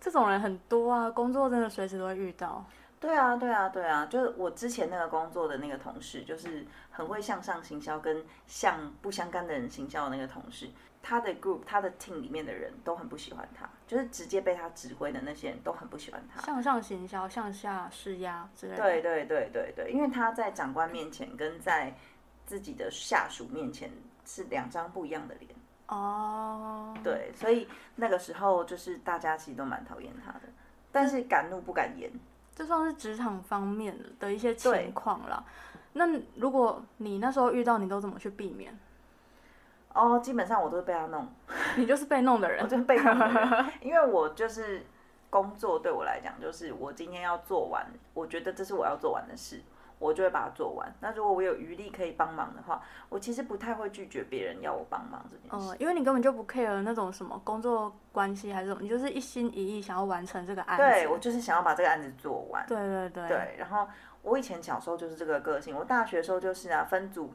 B: 这种人很多啊，工作真的随时都会遇到。
A: 对啊，对啊，对啊，就是我之前那个工作的那个同事，就是很会向上行销跟向不相干的人行销的那个同事，他的 group、他的 team 里面的人都很不喜欢他，就是直接被他指挥的那些人都很不喜欢他。
B: 向上行销、向下施压之类的。
A: 对对对对对，因为他在长官面前跟在自己的下属面前是两张不一样的脸。
B: 哦，
A: 对，所以那个时候就是大家其实都蛮讨厌他的，但是敢怒不敢言。
B: 这算是职场方面的一些情况啦。那如果你那时候遇到，你都怎么去避免？
A: 哦，基本上我都是被他弄，
B: 你就是被弄的人，
A: 我就是被弄的 人，因为我就是工作对我来讲，就是我今天要做完，我觉得这是我要做完的事，我就会把它做完。那如果我有余力可以帮忙的话，我其实不太会拒绝别人要我帮忙这件事。
B: 哦，因为你根本就不 care 那种什么工作关系还是什么，你就是一心一意想要完成这个案子。
A: 对我就是想要把这个案子做完。
B: 对对对
A: 对，然后我以前小时候就是这个个性，我大学的时候就是啊，分组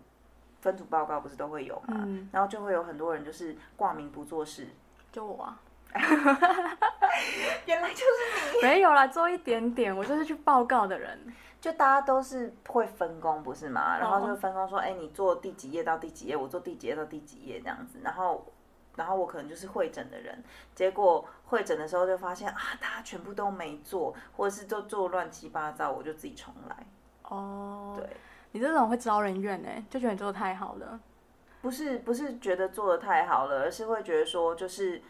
A: 分组报告不是都会有嘛，
B: 嗯
A: 然后就会有很多人就是挂名不做事，
B: 就我啊，
A: 原来就是你，
B: 没有啦，做一点点，我就是去报告的人。
A: 就大家都是会分工不是吗？然后
B: 哦
A: 就分工说，哎、你做第几页到第几页，我做第几页到第几页这样子，然后。然后我可能就是会诊的人，结果会诊的时候就发现啊，大家全部都没做，或者是都做乱七八糟，我就自己重来。
B: 哦，
A: 对，
B: 你这种会招人怨哎、就觉得你做的太好了，
A: 不是不是觉得做的太好了，而是会觉得说就是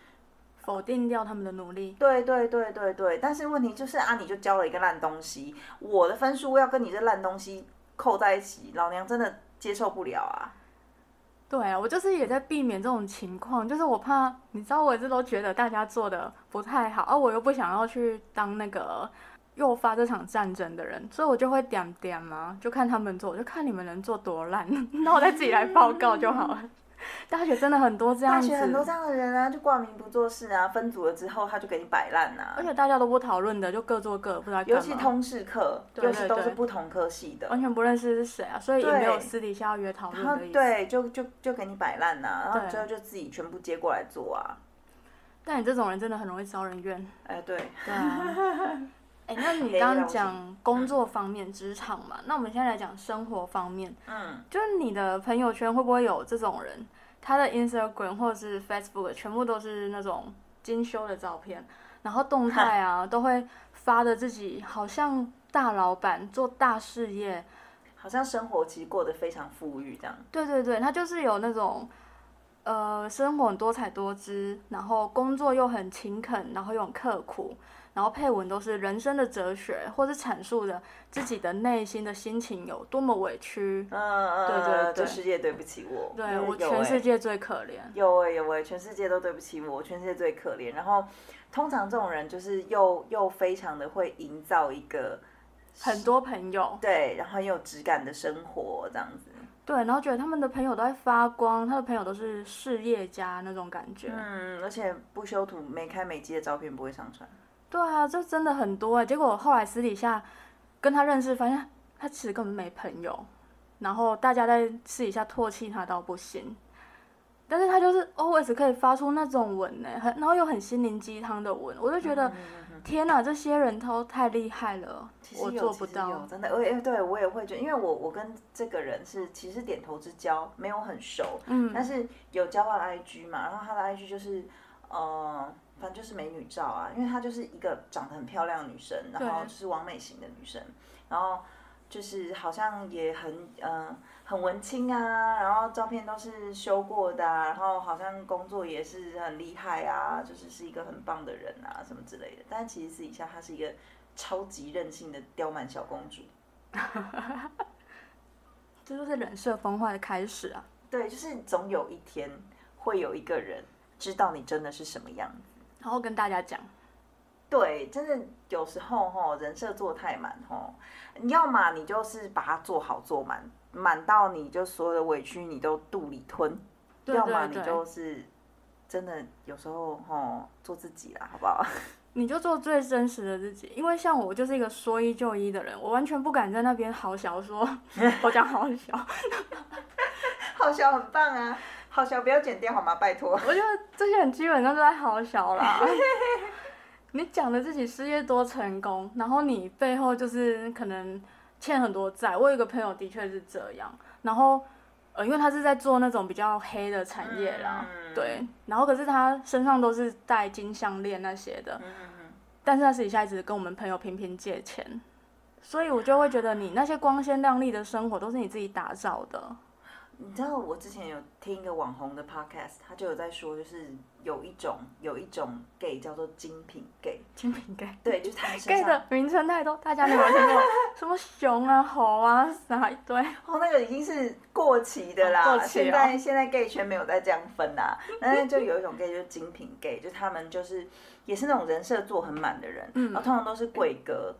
B: 否定掉他们的努力。
A: 对对对对对，但是问题就是啊，你就交了一个烂东西，我的分数要跟你这烂东西扣在一起，老娘真的接受不了啊！
B: 对啊，我就是也在避免这种情况，就是我怕，你知道，我一直都觉得大家做的不太好，啊而、我又不想要去当那个诱发这场战争的人，所以我就会点点嘛，就看他们做，我就看你们能做多烂， 那我再自己来报告就好了。大学真的很多这
A: 大
B: 样子，
A: 学很多这样的人啊，就挂名不做事啊，分组了之后他就给你摆烂啊
B: 而，且大家都不讨论的，就各做各，不知道在干
A: 尤
B: 嘛
A: 其通识课，
B: 对
A: 尤其
B: 对
A: 都是
B: 对
A: 不同科系的，
B: 完全不认识是谁啊，所以也
A: 对
B: 没有私底下约讨
A: 然后
B: 论的意思。
A: 对，就就就给你摆烂呐、然后
B: 对
A: 之后就自己全部接过来做啊，
B: 但你这种人真的很容易招人 怨。
A: 哎对。
B: 对啊。哎、那你刚刚讲工作方面、职场嘛，那我们现在来讲生活方面，
A: 嗯，
B: 就是你的朋友圈会不会有这种人？他的 Instagram 或者是 Facebook 全部都是那种精修的照片，然后动态啊都会发的自己好像大老板做大事业，
A: 好像生活其实过得非常富裕这样。
B: 对对对，他就是有那种，呃，生活很多彩多姿，然后工作又很勤恳，然后又很刻苦，然后配文都是人生的哲学，或是阐述的自己的内心的心情有多么委屈，
A: 嗯嗯，
B: 对对
A: 嗯这
B: 对
A: 世界对不起我，
B: 对
A: 嗯
B: 我
A: 有
B: 全
A: 欸
B: 世界最可怜。
A: 有哎、有哎、全世界都对不起我，全世界最可怜。然后，通常这种人就是又又非常的会营造一个
B: 很多朋友，
A: 对，然后很有质感的生活这样子。
B: 对，然后觉得他们的朋友都在发光，他的朋友都是事业家那种感觉。
A: 嗯，而且不修图、没开没机的照片不会上传。
B: 对啊，这真的很多哎、结果后来私底下跟他认识，发现他其实根本没朋友，然后大家在私底下唾弃他到不行。但是他就是 always 可以发出那种文呢、很然后又很心灵鸡汤的文，我就觉得、
A: 嗯
B: 天哪，这些人都太厉害了
A: 其，实
B: 我
A: 有
B: 做不
A: 其实有
B: 到。
A: 真的，我也对我也会觉得，因为我我跟这个人是其实点头之交，没有很熟，
B: 嗯
A: 但是有交换 IG 嘛，然后他的 IG 就是，呃，反正就是美女照啊，因为她就是一个长得很漂亮的女生，然后就是完美型的女生，然后就是好像也很嗯、呃很文青啊，然后照片都是修过的、啊，然后好像工作也是很厉害啊，就是是一个很棒的人啊什么之类的，但其实私底下她是一个超级任性的刁蛮小公主。
B: 这就是人设崩坏的开始啊！
A: 对，就是总有一天会有一个人知道你真的是什么样子。
B: 然后跟大家讲，
A: 对，真的有时候吼，人设做太满吼，你要嘛你就是把它做好做满，满到你就所有的委屈你都肚里吞，
B: 对
A: 要么
B: 对
A: 你
B: 对，
A: 就是真的有时候吼做自己啦，好不好？
B: 你就做最真实的自己，因为像我就是一个说一就一的人，我完全不敢在那边好小说， 我讲好小，
A: 好笑很棒啊，好笑不要剪掉好吗？拜托。
B: 我觉得这些人基本上都在好小啦。 你讲的自己事业多成功，然后你背后就是可能欠很多债。我有一个朋友的确是这样，然后呃，因为他是在做那种比较黑的产业啦，
A: 嗯
B: 对，然后可是他身上都是戴金项链那些的，但是他私底下一直跟我们朋友频频借钱，所以我就会觉得你那些光鲜亮丽的生活都是你自己打造的，
A: 你知道我之前有听一个网红的 podcast，他就有在说，就是有一种有一种 gay 叫做精品 gay，
B: 精品 gay。
A: 对，就是他们身
B: gay
A: 上
B: 的名称太多，大家没有听过，什么熊啊、猴啊，啥一堆。
A: 哦，那个已经是过期的啦。
B: 哦过期哦
A: 现在现在 gay 圈没有再这样分啦、 但是就有一种 gay 就是精品 gay，就他们就是也是那种人设做很满的人，
B: 嗯
A: 然后通常都是贵哥，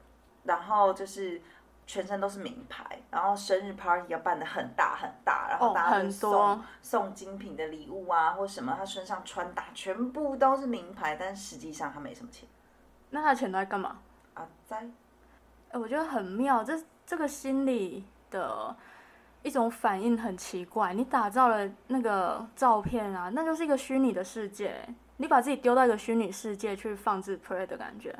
A: 然后就是全身都是名牌，然后生日 party 要办的很大很大，然后
B: 哦
A: 大家就
B: 很
A: 送、
B: 多
A: 送精品的礼物啊或什么，他身上穿搭全部都是名牌，但实际上他没什么钱
B: 那他的钱都在干嘛？
A: 啊，在
B: 哎、我觉得很妙，这这个心理的一种反应很奇怪。你打造了那个照片啊，那就是一个虚拟的世界，你把自己丢到一个虚拟世界去放置 play 的感觉。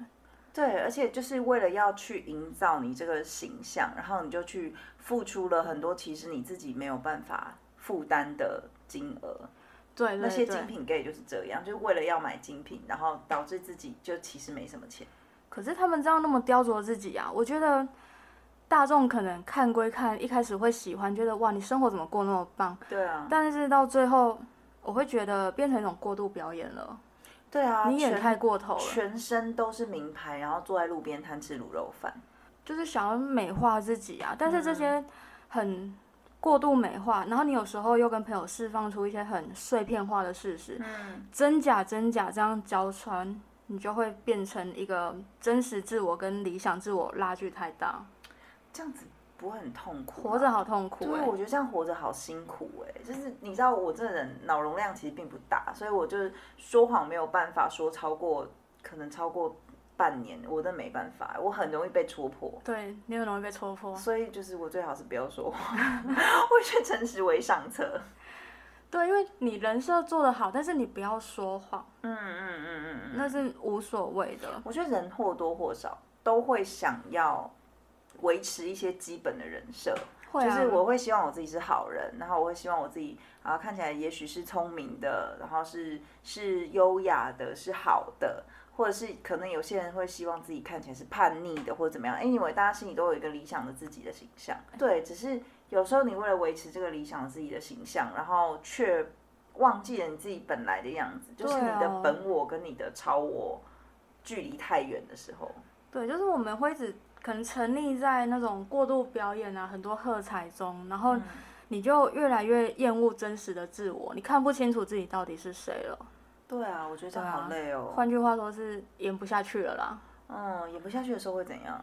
A: 对，而且就是为了要去营造你这个形象，然后你就去付出了很多其实你自己没有办法负担的金额。
B: 对
A: 那
B: 对
A: 些
B: 对
A: 精。品 gay 就是这样，就是为了要买精品，然后导致自己就其实没什么钱。
B: 可是他们这样那么雕琢自己啊，我觉得大众可能看归看，一开始会喜欢，觉得哇，你生活怎么过那么棒？
A: 对啊，
B: 但是到最后，我会觉得变成一种过度表演了，
A: 对啊，
B: 你演
A: 全
B: 太过头了，
A: 全身都是名牌，然后坐在路边摊吃卤肉饭。
B: 就是想要美化自己啊。但是
A: 嗯
B: 这些很过度美化，然后你有时候又跟朋友释放出一些很碎片化的事实，
A: 嗯，
B: 真假真假这样交穿，你就会变成一个真实自我跟理想自我拉距太大，
A: 这样子不会很痛苦吗？
B: 活着好痛苦、
A: 对，
B: 欸。
A: 我觉得这样活着好辛苦哎、就是你知道我这人脑容量其实并不大，所以我就是说谎没有办法说超过，可能超过半年，我真的没办法，我很容易被戳破。
B: 对，你很容易被戳破。
A: 所以就是我最好是不要说谎， 我觉得诚实为上策。
B: 对，因为你人设做得好，但是你不要说谎，
A: 嗯嗯嗯嗯嗯，
B: 那是无所谓的。
A: 我觉得人或多或少都会想要维持一些基本的人设，
B: 会
A: 就
B: 啊
A: 是我会希望我自己是好人，然后我会希望我自己啊看起来也许是聪明的，然后是是优雅的，是好的，或者是可能有些人会希望自己看起来是叛逆的或者怎么样。Anyway，大家心里都有一个理想的自己的形象，对，只是有时候你为了维持这个理想的自己的形象，然后却忘记了你自己本来的样子，就是你
B: 对
A: 的
B: 啊
A: 本我跟你的超我距离太远的时候，
B: 对，就是我们会一直可能沉溺在那种过度表演啊，很多喝彩中，然
A: 嗯
B: 后你就越来越厌恶真实的自我，你看不清楚自己到底是谁了。
A: 对啊，我觉得这样
B: 对啊
A: 好累哦。
B: 换句话说，是演不下去了啦。
A: 嗯，演不下去的时候会怎样？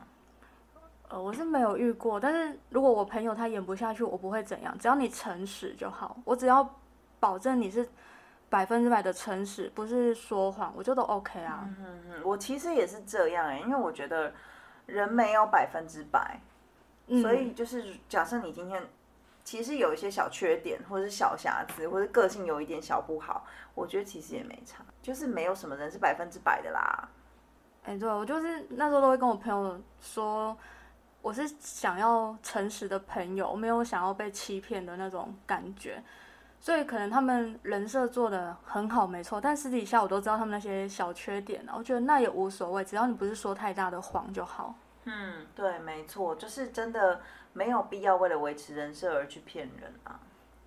B: 呃，我是没有遇过，但是如果我朋友他演不下去，我不会怎样，只要你诚实就好，我只要保证你是百分之百的诚实，不是说谎，我就都 OK 啊。
A: 嗯，我其实也是这样哎、因为我觉得人没有百分之百，
B: 嗯
A: 所以就是假设你今天其实有一些小缺点，或者是小瑕疵，或者个性有一点小不好，我觉得其实也没差，就是没有什么人是百分之百的啦。
B: 哎、对我就是那时候都会跟我朋友说，我是想要诚实的朋友，我没有想要被欺骗的那种感觉。所以可能他们人设做的很好，没错，但私底下我都知道他们那些小缺点啊，我觉得那也无所谓，只要你不是说太大的谎就好。
A: 嗯，对，没错，就是真的没有必要为了维持人设而去骗人啊。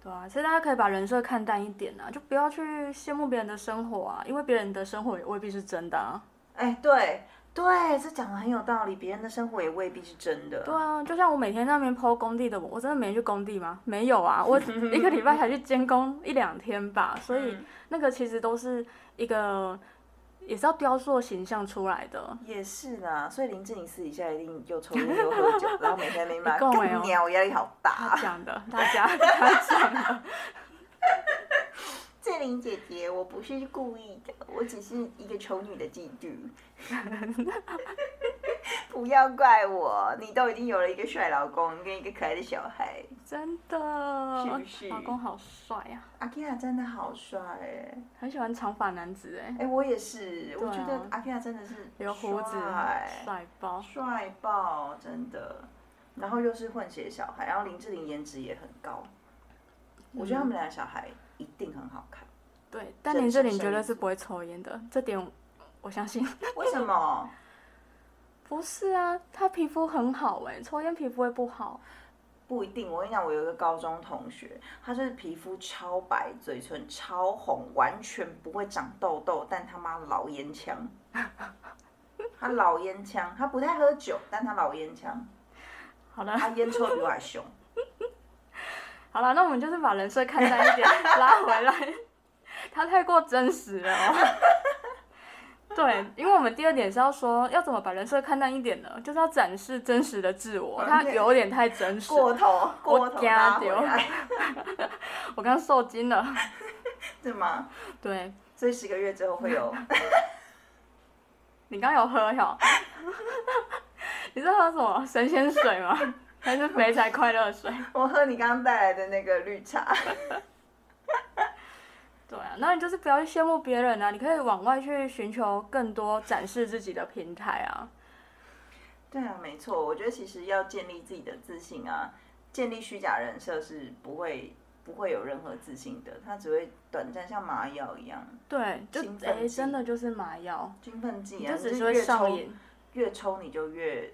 B: 对啊，其实大家可以把人设看淡一点啊，就不要去羡慕别人的生活啊，因为别人的生活也未必是真的啊。
A: 哎，对对，这讲的很有道理，别人的生活也未必是真的。
B: 对啊，就像我每天在那边剖工地的我，我真的没去工地吗？没有啊， 我一个礼拜才去监工一两天吧，所以
A: 嗯
B: 那个其实都是一个也是要雕塑形象出来的。
A: 也是啦，所以林志颖私底下一定又抽烟又喝 酒，然后每天没骂，
B: 你够没有
A: 干你啊我压力好大。
B: 他 讲的，大家他讲的，
A: 志玲姐姐，我不是故意的，我只是一个丑女的嫉妒。 不要怪我，你都已经有了一个帅老公跟一个可爱的小孩。
B: 真的，
A: 是不是
B: 老公好帅呀、
A: 阿 k i 真的好帅哎、
B: 啊，很喜欢长发男子哎、
A: 哎、我也是，我
B: 对啊
A: 觉得阿 k i 真的是
B: 留胡子，
A: 帅
B: 帅包。
A: 帅爆，真的。然后又是混血小孩，嗯 然后林志玲颜值也很高，我觉得他们俩小孩一定很好看。
B: 对，但
A: 是
B: 林志
A: 是
B: 玲绝
A: 生
B: 对
A: 理
B: 是不会抽烟的，这点我相信。
A: 为什么？
B: 不是啊，她皮肤很好哎、抽烟皮肤会不好。
A: 不一定，我跟你讲，我有一个高中同学，他就是皮肤超白，嘴唇超红，完全不会长痘痘，但他妈老烟枪。 他老烟枪，他不太喝酒，但他老烟枪，
B: 好了
A: 他烟抽得比我还 凶。
B: 好了，那我们就是把人设看淡一点， 拉回来。 她太过真实了哦。 对，因为我们第二点是要说要怎么把人设看淡一点呢？就是要展示真实的自我。她有点太真实，
A: 过头，过头
B: 我吓
A: 拉回
B: 到
A: 来，
B: 我刚受惊了。
A: 对吗？
B: 对，
A: 所以十个月之后会有，
B: 你刚有喝哟？ 你是喝什么神仙水吗？ 还是肥宅快乐水？
A: 我喝你刚刚带来的那个绿茶，
B: 对啊，那你就是不要去羡慕别人啊，你可以往外去寻求更多展示自己的平台啊。
A: 对啊，没错，我觉得其实要建立自己的自信啊，建立虚假人设是不会不会有任何自信的，它只会短暂像麻药一样，
B: 对，就
A: 兴奋
B: 哎、
A: 剂
B: 真的就是麻药，
A: 兴奋剂
B: 你
A: 啊，
B: 就只
A: 你
B: 是
A: 就
B: 会
A: 越
B: 上
A: 抽
B: 瘾。
A: 越抽你就越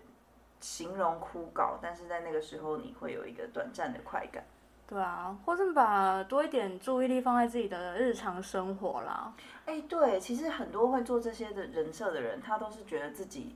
A: 形容枯槁，但是在那个时候你会有一个短暂的快感。
B: 对啊，或是把多一点注意力放在自己的日常生活啦。
A: 哎，对，其实很多会做这些的人设的人，他都是觉得自己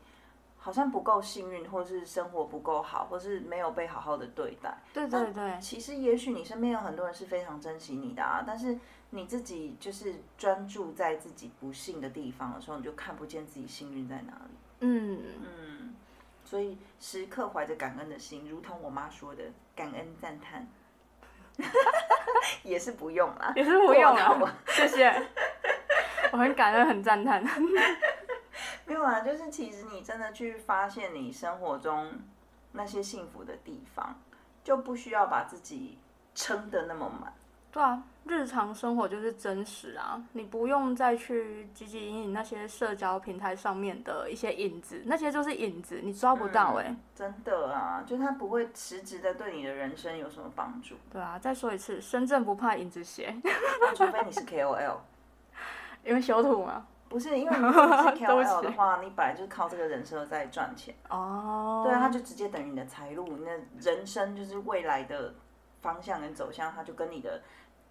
A: 好像不够幸运，或是生活不够好，或是没有被好好的对待。
B: 对对对，
A: 其实也许你身边有很多人是非常珍惜你的啊，但是你自己就是专注在自己不幸的地方的时候，你就看不见自己幸运在哪里。
B: 嗯，
A: 嗯，所以时刻怀着感恩的心，如同我妈说的，感恩赞 叹，也是不用啦，
B: 也是 不用
A: 过头
B: 啊，谢谢。我很感恩，很赞叹。
A: 没有啦，就是其实你真的去发现你生活中那些幸福的地方，就不需要把自己撑得那么满。
B: 对啊，日常生活就是真实啊，你不用再去汲汲营营那些社交平台上面的一些影子，那些就是影子，你抓不到哎、
A: 嗯真的啊，就它不会实质的对你的人生有什么帮助，
B: 对啊，再说一次，深圳不怕影子斜，
A: 除非你是 KOL。
B: 因为修图嘛。
A: 不是，因为如果你是
B: 对不
A: KOL
B: 起
A: 的话，你本来就是靠这个人设在赚钱，
B: 哦，
A: 对啊，它就直接等于你的财路，你的人生就是未来的方向跟走向，它就跟你的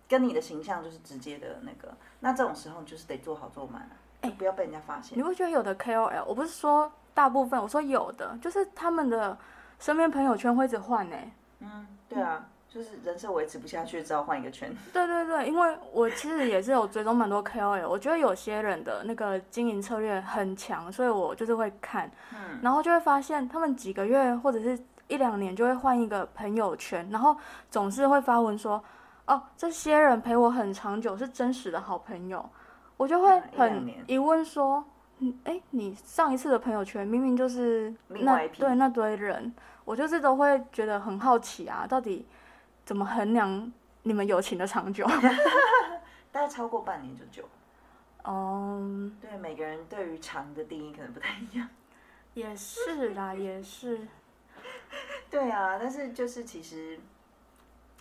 A: 跟你的形象就是直接的那个。那这种时候你就是得做好做满啊，就不要被人家发现。
B: 哎你会觉得有的 KOL，我不是说大部分，我说有的，就是他们的身边朋友圈会一直换哎、
A: 嗯，对啊，就是人设维持不下去，只好换一个圈。
B: 对对对，因为我其实也是有追踪蛮多 KOL，我觉得有些人的那个经营策略很强，所以我就是会看，
A: 嗯
B: 然后就会发现他们几个月或者是一两年就会换一个朋友圈，然后总是会发文说，哦，这些人陪我很长久，是真实的好朋友，我就会
A: 嗯一两
B: 很
A: 年
B: 疑问说，嗯，哎，你上一次的朋友圈明明就是
A: 另
B: 那
A: 外一批
B: 对那堆人，我就是都会觉得很好奇啊，到底怎么衡量你们友情的长久？
A: 大概超过半年就久了。
B: 嗯，
A: 对，每个人对于长的定义可能不太一样。嗯
B: 也是啦，也是，
A: 对啊，但是就是其实，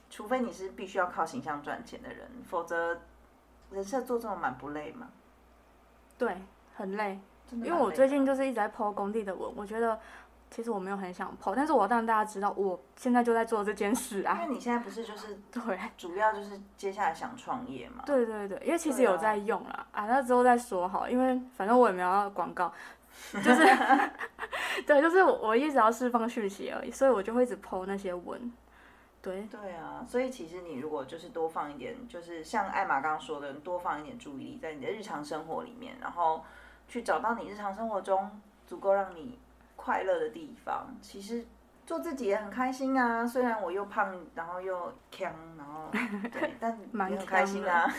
A: 除非你是必须要靠形象赚钱的人，否则人设做这么满不累吗？
B: 对，很累。
A: 真的
B: 因
A: 蛮
B: 为我
A: 累
B: 最
A: 的啊
B: 近就是一直在剖工地的文，我觉得其实我没有很想剖，但是我要让大家知道我现在就在做这件事啊。
A: 因为你现在不是就是
B: 对，
A: 主要就是接下来想创业嘛，
B: 对对对，因为其实
A: 对啊
B: 有在用啦，啊，那之后再说好，因为反正我也没有要广告，就是 对，就是我我一直要释放讯息而已，所以我就会一直剖那些文。对，
A: 对啊，所以其实你如果就是多放一点，就是像艾玛刚刚说的，多放一点注意力在你的日常生活里面，然后去找到你日常生活中足够让你快乐的地方。其实做自己也很开心啊，虽然我又胖，然后又强，然后对，但
B: 蛮
A: 也很开心啊。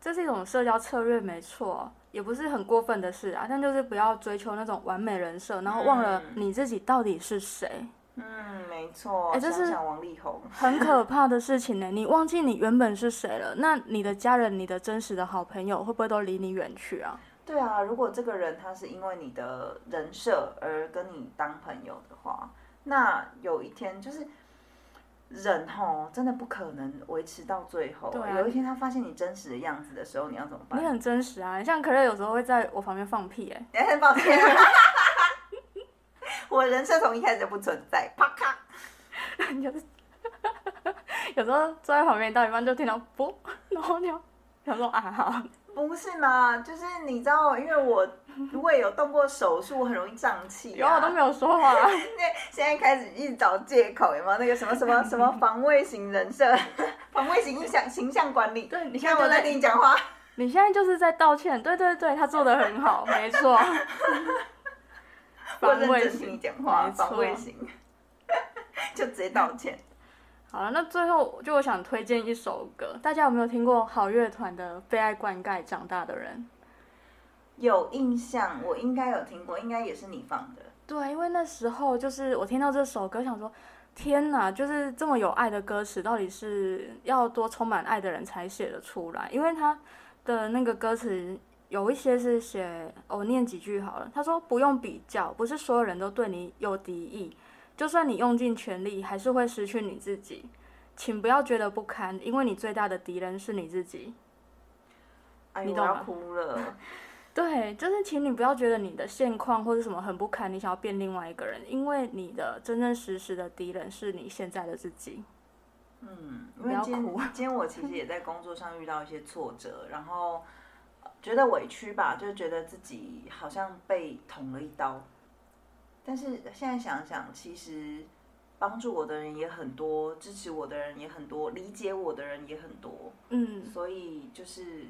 B: 这是一种社交策略，没错，也不是很过分的事啊，但就是不要追求那种完美人设，然后忘了
A: 嗯
B: 你自己到底是谁。
A: 嗯，没错，
B: 哎这是
A: 想想王力宏，
B: 很可怕的事情呢、你忘记你原本是谁了，那你的家人、你的真实的好朋友会不会都离你远去啊？
A: 对啊，如果这个人他是因为你的人设而跟你当朋友的话，那有一天就是人吼，真的不可能维持到最后。
B: 对啊
A: 有一天他发现你真实的样子的时候，你要怎么办
B: 你？很真实啊，像可乐有时候会在我旁边放屁、哎，
A: 哎， 很抱歉，我人生从一开始就不存在，啪咔。
B: 你就是有时候坐在旁边到一半就听到啵，然后你就想说啊好，
A: 不是嘛？就是你知道，因为我胃有动过手术，很容易胀气、
B: 然后
A: 啊。
B: 我都没有说话、
A: 那 现在开始一直找借口，有没有那个什么什么什么防卫型人设、 防卫型影响形象管理？
B: 对，你
A: 你
B: 现在
A: 看
B: 就
A: 我在
B: 在
A: 听你讲话，
B: 你现在就是在道歉，对对对，他做的很好，没错。
A: 我
B: 防
A: 认
B: 卫
A: 真听你
B: 型，
A: 讲话，
B: 没错嗯
A: 防卫型， 就直接道歉。
B: 好了，那最后就我想推荐一首歌，大家有没有听过好乐团的《被爱灌溉长大的人
A: 有印象，我应该有听过，应该也是你放的。》？
B: 对，因为那时候就是我听到这首歌，想说天哪，就是这么有爱的歌词，到底是要多充满爱的人才写得出来？因为他的那个歌词有一些是写，我、念几句好了。他说不用比较，不是所有人都对你有敌意，就算你用尽全力，还是会失去你自己。请不要觉得不堪，因为你最大的敌人是你自己。
A: 哎呦，
B: 你
A: 我
B: 懂吗
A: 要哭了。
B: 对，就是请你不要觉得你的现况或者什么很不堪，你想要变另外一个人，因为你的真真实实的敌人是你现在的自己。
A: 嗯，因
B: 不
A: 为
B: 要
A: 今天
B: 哭
A: 今天我其实也在工作上遇到一些挫折，然后呃觉得委屈吧，就觉得自己好像被捅了一刀。但是现在想想，其实帮助我的人也很多，支持我的人也很多，理解我的人也很多，
B: 嗯，
A: 所以就是。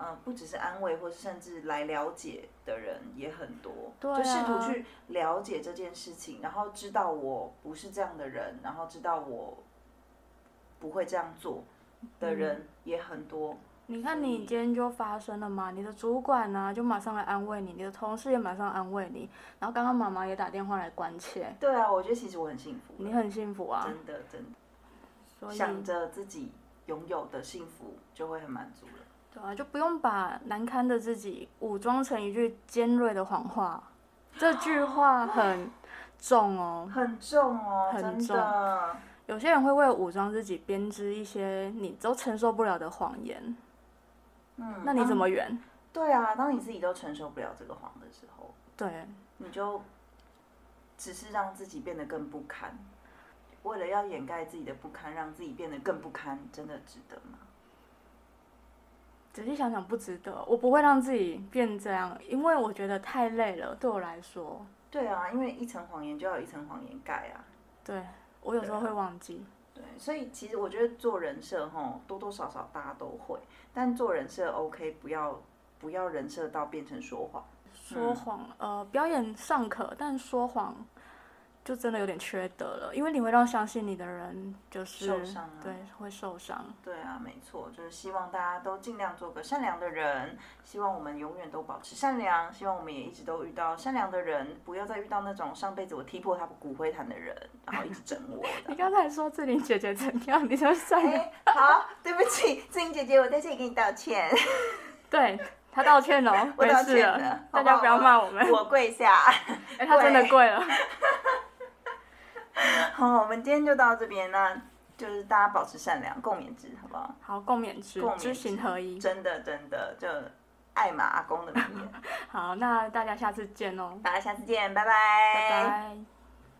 A: 嗯，不只是安慰，或是甚至来了解的人也很多，
B: 对
A: 就试图
B: 啊
A: 去了解这件事情，然后知道我不是这样的人，然后知道我不会这样做
B: 嗯
A: 的人也很多。
B: 你看
A: 所以
B: 你今天就发生了嘛，你的主管呢、就马上来安慰你，你的同事也马上安慰你，然后刚刚妈妈也打电话来关切，
A: 对啊，我觉得其实我很幸福，
B: 你很幸福啊。
A: 真的真的
B: 所以
A: 想着自己拥有的幸福，就会很满足了。
B: 对啊，就不用把难堪的自己武装成一句尖锐的谎话，这句话很重哦。
A: 很重哦，
B: 很
A: 真的。
B: 有些人会为了武装自己编织一些你都承受不了的谎言，
A: 嗯，
B: 那你怎
A: 当？
B: 么圆？
A: 对啊，当你自己都承受不了这个谎的时候，
B: 对，
A: 你就只是让自己变得更不堪。为了要掩盖自己的不堪，让自己变得更不堪，真的值得吗？
B: 仔细想想不值得，我不会让自己变这样，因为我觉得太累了，对我来说，
A: 对啊，因为一层谎言就要有一层谎言盖啊。
B: 对我有时候会忘记。
A: 对，所以其实我觉得做人设吼，多多少少大家都会，但做人设 OK，不要不要人设到变成说谎。
B: 说谎，呃，表演尚可，但说谎就真的有点缺德了，因为你会让相信你的人就是
A: 受伤啊
B: 对会受伤。
A: 对啊，没错，就是希望大家都尽量做个善良的人，希望我们永远都保持善良，希望我们也一直都遇到善良的人，不要再遇到那种上辈子我踢破他骨灰坛的人，然后一直整我。
B: 你刚才说志玲姐姐怎样，你就善良，
A: 哎、好，对不起，志颖姐姐，我在这里给你道歉，
B: 对她道歉了，
A: 我
B: 没
A: 道
B: 事
A: 歉
B: 了，
A: 了，
B: 大家不要骂我 们，
A: 我跪下。
B: 哎、她真的
A: 跪
B: 跪了。
A: 好，我们今天就到这边，那就是大家保持善良，共勉之，好不好？
B: 好，共勉之
A: 共勉，
B: 知行合一。
A: 真的真的，就爱马阿公的名言。
B: 好，那大家下次见哦，
A: 大家下次见，拜
B: 拜拜。